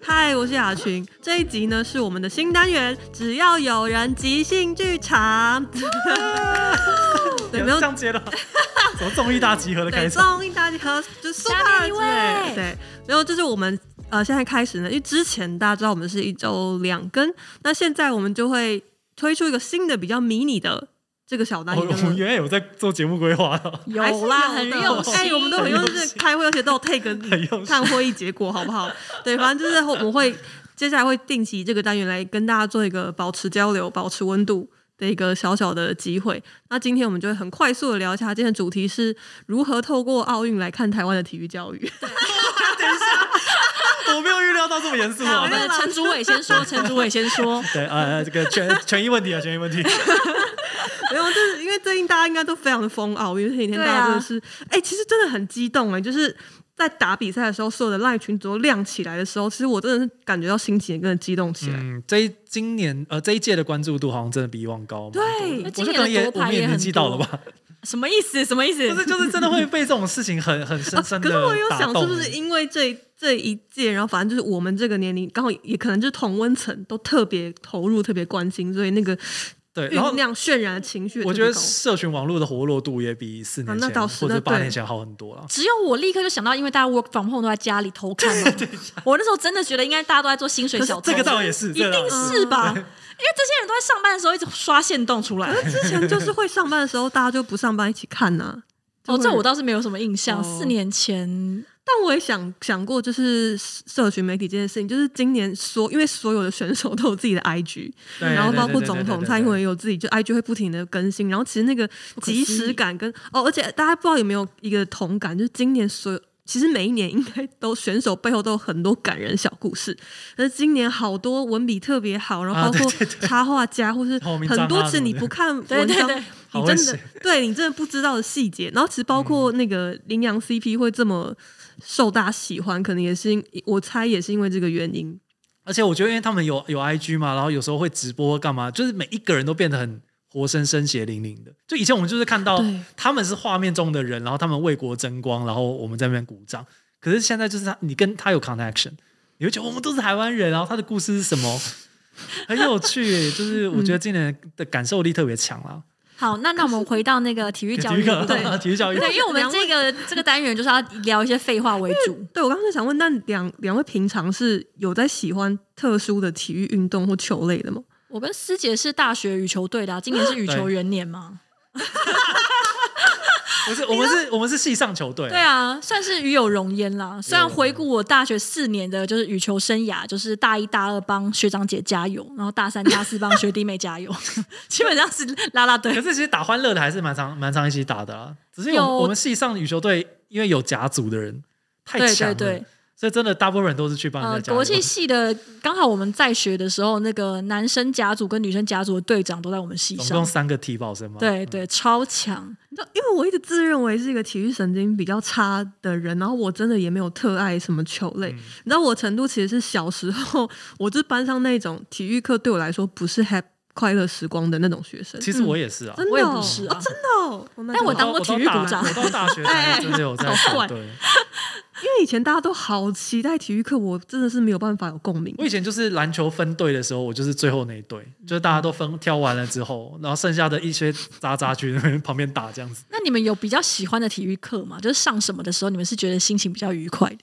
嗨，我是雅群。这一集呢是我们的新单元，只要有人即兴剧场。对，没有这样 接的，什么综艺大集合的对，开场？综艺大集合就是 super 下面一之位类的对，然后这是我们呃现在开始呢，因为之前大家知道我们是一周两更，那现在我们就会推出一个新的比较迷你的这个小单我哦我哦元。们原来有在做节目规划， 还是有啦，很的用心。哎、我们都很用很用心心开会，而且都有 take 你很用心看会议结果，好不 好？对，反正就是我们会接下来会定期这个单元来跟大家做一个保持交流、保持温度的一个小小的机会。那今天我们就会很快速的聊一下，今天的主题是如何透过奥运来看台湾的体育教育。 我没有预料到这么严肃好，啊。那陈竹伟先 说，陈竹伟先说。对，呃，这个 权权益问题啊，权益问题，没有，就是因为最近大家应该都非常的疯奥运，因为前几天大对家啊真的是，哎、其实真的很激动哎、就是在打比赛的时候，所有的赖群组都亮起来的时候，其实我真的是感觉到心情也跟着激动起来。嗯，这一今年呃这一届的关注度好像真的比以往高嘛。对那我今觉得可年能也的我夺牌们也也年很纪多，到了吧， 什么意思？ 什么意思？就是就是真的会被这种事情很很深深啊哦可的是我有打想，动是不是因为这这一届，然后反正就是我们这个年龄，刚好也可能就是同温层都特别投入、特别关心，所以那个对，然后酝酿渲染的情绪也特我别觉高，得社群网络的活络度也比四啊年那前、倒是或者那八对年前好很多了。只有我立刻就想到，因为大家 work from home 都在家里偷看 嘛。我那时候真的觉得，应该大家都在做薪水小偷，这个倒也是，一定是嗯吧？因为这些人都在上班的时候一直刷线动出来。之前就是会上班的时候，大家就不上班一起看呐、哦，这我倒，倒是没有什么印象。哦四年前，但我也想想过，就是社群媒体这件事情，就是今年所因为所有的选手 都有自己的 IG，对然后对包对括对总对统对蔡英对文也有自己，就 IG 会不停的更新，然后其实那个可即思时议感跟哦，而且大家不知道有没有一个同感，就是今年所有。其实每一年应该都选手背后都有很多感人小故事，但是今年好多文笔特别好，然后啊包对括对对插画家，或是透明很账多号次什么你的不看文章，对对对 你好会真的写对你真的不知道的细节。然后其实包括嗯那个羚羊 CP 会这么受大家喜欢，可能也是因我猜也是因为这个原因。而且我觉得，因为他们有有 IG 嘛，然后有时候会直播干嘛，就是每一个人都变得很活生生、血淋淋的。就以前我们就是看到对他们是画面中的人，然后他们为国争光，然后我们在那边鼓掌。可是现在就是他，你跟他有 connection，你会觉得我们都是台湾人，然后他的故事是什 么，很有趣。就是我觉得今年的感受力特别强啦。好，那那我们回到那个体育体教育育。课， 对 体育教育，对，因为我们两这个这个单元就是要聊一些废话为 主。对我刚才想问，那两两位平常是有在喜欢特殊的体育运动或球类的吗？我跟师姐是大学羽球队的啊、今年是羽球元年嘛？不是我们是我们是系上球队，对啊，算是与有荣焉啦。虽然回顾我大学四年的就是羽球生涯，就是大一大二帮学长姐加油，然后大三大四帮学弟妹加油， 基本上是啦啦 可队。是其实打欢乐的还是蛮常蛮常一起打的啦，只是我们有我们系上羽球队因为有甲组的人太对强对了，对，所以真的大部分人都是去帮呃人，家加油。国际系的刚好我们在学的时候，那个男生甲组跟女生甲组的队长都在我们系总共上，三个体保生嘛，对对，超强。你知道，因为我一直自认为是一个体育神经比较差的人，然后我真的也没有特爱什么球类。嗯你知道，我程度其实是小时候，我就是班上那种体育课对我来说不是 happy 快乐时光的那种学生。其实我也是啊，真的、哦，我也不是啊哦真的、哦。我那但嗯我真的当过体育股我到长我到大学才真的有在哎哎球好队。因为以前大家都好期待体育课，我真的是没有办法有共鸣。我以前就是篮球分队的时候，我就是最后那一队，嗯就是大家都分挑完了之后，然后剩下的一些渣渣去那边旁边打这样子。那你们有比较喜欢的体育课吗？就是上什么的时候，你们是觉得心情比较愉快的？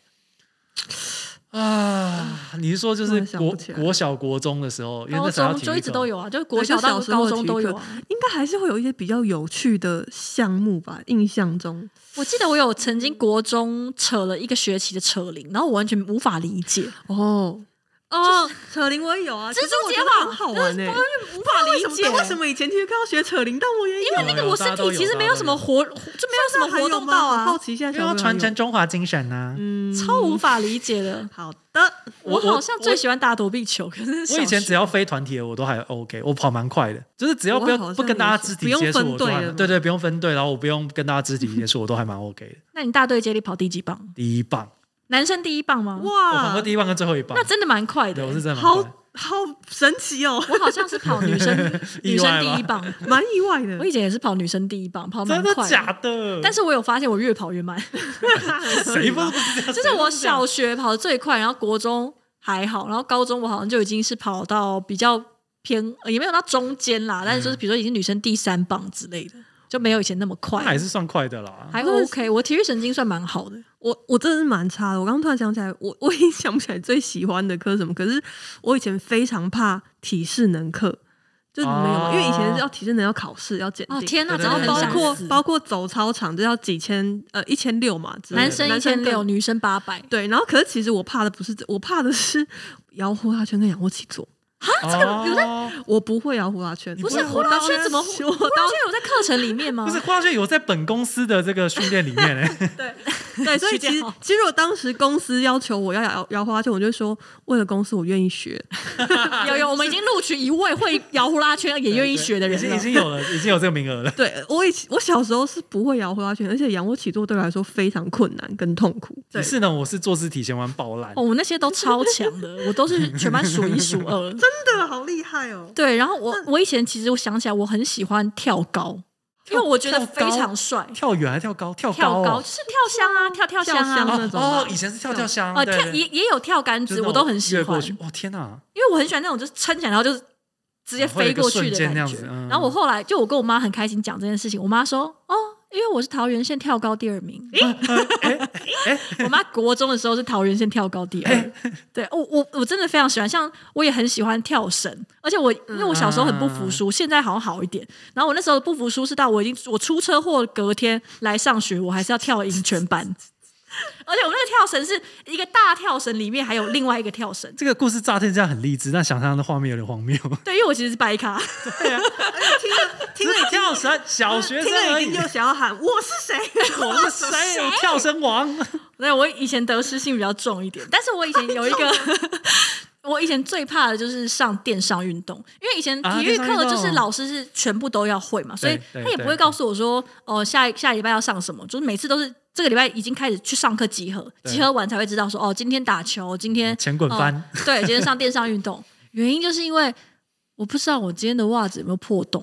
啊，你是说就我是也想不国起来国小国中的时候，因为高那时候要中体育就一直课都有啊，就是国小对就到小时候高的中体育都有课啊。应该还是会有一些比较有趣的项目吧，印象中。我记得我有曾经国中扯了一个学期的扯铃，然后我完全无法理解，哦哦，扯铃我也有啊，蜘蛛可是我觉得结网很好玩呢、 我完全无法为理什么解。为什么以前体育课要学扯铃，但我也有因为那个有我大家身都体有其实大没家有都什么有活，就没有什么那还有活动吗到我啊好，奇现在因为要传承中华精神啊呐、嗯超无法理解的。好的，我我好像最喜欢打躲避球，可 是小我以前学只要非团体的，我都还 OK，我跑蛮快的，就是只要不我好要像不跟大家肢体接触，也是我都不还用分队的蛮对对，不用分队，然后我不用跟大家肢体接触，我都还蛮 OK 的。那你大队接力跑第几棒？第一棒，男生第一棒吗？哇，我跑哇过，第一棒跟最后一棒那，真的蛮快对 的我。是真的蛮好快的。好神奇哦，我好像是跑女生 女意外生第一棒，蛮意外的我。以前也是跑女生第一棒，跑蛮真的快假的？但是我有发现我越跑越慢， 谁不是这样？ 就是我小学跑的最快，然后国中还好，然后高中我好像就已经是跑到比较偏，呃也没有到中间嗯啦，但是就是比如说已经女生第三棒之类的，就没有以前那么快那，还是算快的啦。还 OK。我体育神经算蛮好的，我我真的是蛮差的。我刚刚突然想起来，我我已经想不起来最喜欢的科是什么。可是我以前非常怕体适能课，就你们有吗？哦因为以前要体适能要考试要检定，哦天哪，对只对然后对要包很括包包括走操场，这要几千呃一千六嘛之类的，男生一千更六，女生 八百，对，然后可是其实我怕的不是这，我怕的是摇呼啦圈跟仰卧起坐。这个比如说，我不会摇呼啦圈，你不不是会呼啦圈怎么呼？我 呼啦圈有在课程里面吗？ 不是花圈有在本公司的这个训练里面嘞，当对，所以其去实掉其实我当时公司要求我要摇摇呼啦圈，我就说为了公司我愿意学。啊有有，我们已经录取一位会摇呼啦圈也愿意学的人 已经了已。经有了，已经有这个名额了。对我以前我小时候是不会摇呼啦圈，而且仰卧起坐对我来说非常困难跟痛苦。 对于，是呢，我是坐姿体前弯爆烂哦，，我那些都超强的，我都是全班数一数二。真的好厉害哦！对，然后我我以前其实我想起来，我很喜欢跳高，因为我觉得非常帅。跳远还跳高，跳跳高高哦就是跳箱啊，跳跳箱跳啊箱，那哦种吧哦，以前是跳跳箱，呃，对跳对也也有跳杆就子，是那种我都很喜越过欢，去。哦天哪，因为我很喜欢那种就是撑起来然后就是直接飞过去的啊会有一个瞬间那感样觉子。嗯然后我后来就我跟我妈很开心讲这件事情，我妈说哦，因为我是桃园县跳高第二 名。哎我妈国中的时候是桃园县跳高第二，哎对我我我真的非常喜欢，像我也很喜欢跳绳，而且我嗯因为我小时候很不服输，啊现在好像好一点。然后我那时候不服输是到我已经我出车祸隔天来上学，我还是要跳赢全班。而且我那个跳绳是一个大跳绳，里面还有另外一个跳绳。这个故事乍听这样很励志，但想象的画面有点荒谬。对，因为我其实是白卡，听了听只是了跳绳，小学听生了而已经已。就想要喊我是 谁？我是谁？我跳绳啊王。对我以前得失心比较重一点，但是我以前 有一个， 我以前最怕的就是上电商运动，因为以前啊体电育商课运动就是老师是全部都要会嘛，所以对他也对不会对告诉我说哦下一下礼拜要上什么，就是每次都是这个礼拜已经开始去上课集合，对嗯集合完才会知道说哦今天打球，今天前滚翻哦 对，今天上电商运动，原因就是因为我不知道我今天的袜子有没有破洞，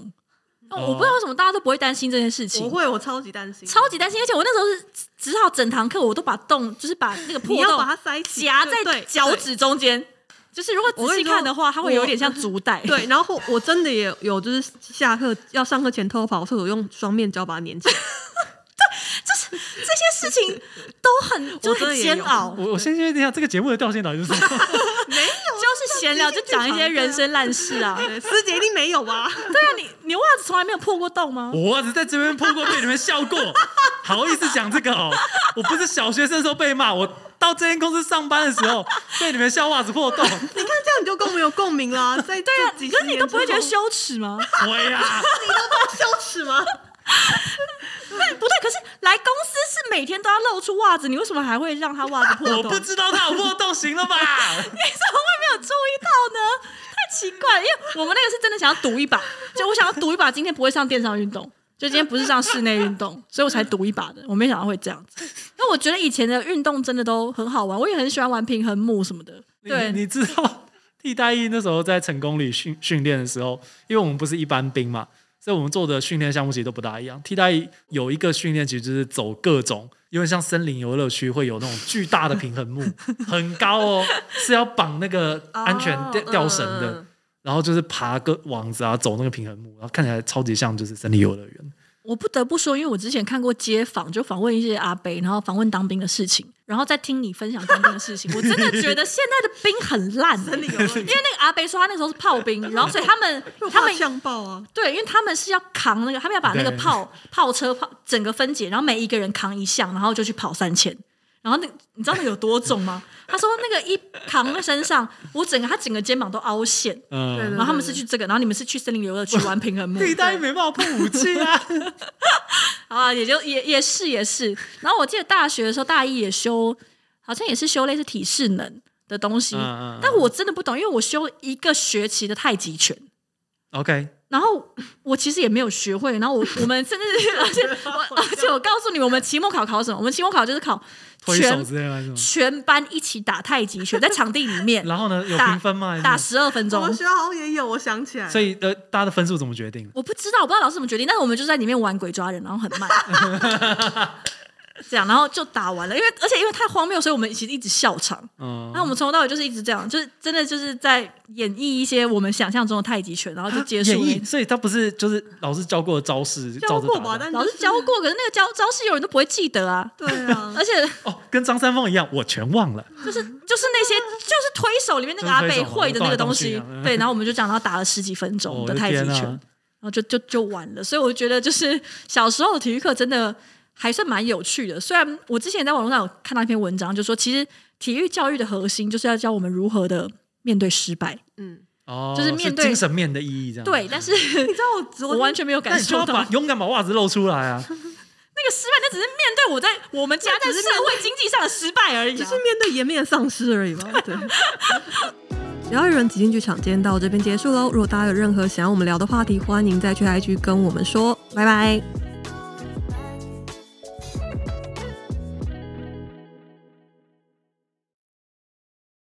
哦我不知道为什么大家都不会担心这件事情，我会，我超级担心，超级担心，而且我那时候是只好整堂课我都把洞，就是把那个破你要洞把它塞起夹就在对脚趾中间，就是如我果仔跟细你看说的话，它会有我点像竹带。对，然后我真的也有，就是下课要上课前偷跑厕所，用双面胶把它粘起来。 这些事情都很就真是的很也煎有熬，我我先确定一下，这个节目的调性到底是什 么？就是闲聊就讲一些人生烂事啊。对对师姐一定没有吧？ 啊，你你袜子从来没有破过洞吗？我袜子在这边破过，被你们笑过，好意思讲这个哦？我不是小学生的时候被骂，我到这间公司上班的时候被你们笑袜子破 洞。你看这样你就跟我们有共鸣啦。在对对啊，可是你都不会觉得羞耻吗？我呀，羞耻吗？不 对，可是来公司是每天都要露出袜子，你为什么还会让他袜子破我洞？不知道他有破洞，行了吧？ 你怎么会没有注意到呢？太奇怪了，因为我们那个是真的想要赌一把，就我想要赌一把，今天不会上电商运动，就今天不是上室内运 动，所以我才赌一把的。我没想到会这样子，因为我觉得以前的运动真的都很好玩，我也很喜欢玩平衡木什么的。对，你你知道替代役那时候在成功里训训练的时候，因为我们不是一般兵嘛，所以我们做的训练项目其实都不大一样。替代役有一个训练其实就是走各种，有点像森林游乐区会有那种巨大的平 衡木，很高哦，是要绑那个安全哦吊吊绳的。嗯嗯嗯然后就是爬个网子啊，走那个平衡木，然后看起来超级像就是森林游乐园。我不得不说，因为我之前看过街访，就访问一些阿伯，然后访问当兵的事情，然后再听你分享当兵的事 情，我真的觉得现在的兵很烂、欸真的有问因题为那个阿伯说他那时候是炮兵，然后所以 他们他他们们相爆啊！对，因为他们是要扛那个，他们要把那个对炮 炮车炮整个分解，然后每一个人扛一项，然后就去跑三千。然后那你知道那有多重吗？ 他说那个一扛在身上，我整个他整个肩膀都凹陷。嗯，对然后他们是去这个，然后你们是去森林游乐区玩平 衡木。替代役没办法碰武器啊。啊，也就也也是也是。然后我记得大学的时候，大一也修，好像也是修类似体适能的东西，嗯嗯嗯但我真的不懂，因为我修一个学期的太极拳。 OK，然后我其实也没有学会，然 后我我们甚至而且我而且我告诉你，我们期末考考什么？我们期末考就是考推手全之类的是吗？全班一起打太极拳，在场地里 面然后呢，有打评分吗？还是打十二分我钟们。学校好像也有，我想起啊来，所以呃，大家的分数怎么决定？ 我不知道，我不知道老师怎么决定，但是我们就在里面玩鬼抓人，然后很慢。这样，然后就打完了。因为而且因为太荒谬，所以我们其实一直笑场。嗯，那我们从头到尾就是一直这样，就是真的就是在演绎一些我们想象中的太极拳，然后就结束演了。绎，所以他不是就是老师教过的招式，照教着过打吧，的但老师就是教过，可是那个教招式有人都不会记得啊。对啊， 而且哦，跟张三丰一样，我全忘了。就是就是那些就是推手里面那个阿就是北推手嘛会的那个东动西来动去啊，嗯对，然后我们就讲到打了十几分钟我的的太极天拳，啊然！后就就就完了。所以我觉得就是小时候的体育课真的还算蛮有趣的。虽然我之前在网络上有看到一篇文章，就说其实体育教育的核心就是要教我们如何的面对失败，嗯，哦，就是面对精神面的意义，这样 对，。但是你知道我昨我天完全没有那感你就受要到把勇敢把袜子露出来啊！那个失败，那只是面对我在我们家在那只是社会经济上的失败而已、只啊是。面对颜面的丧失而已嘛。对。 聊一人挤进剧场，今天到这边结束喽。如果大家有任何想要我们聊的话题，欢迎再去 IG 跟我们说，拜拜。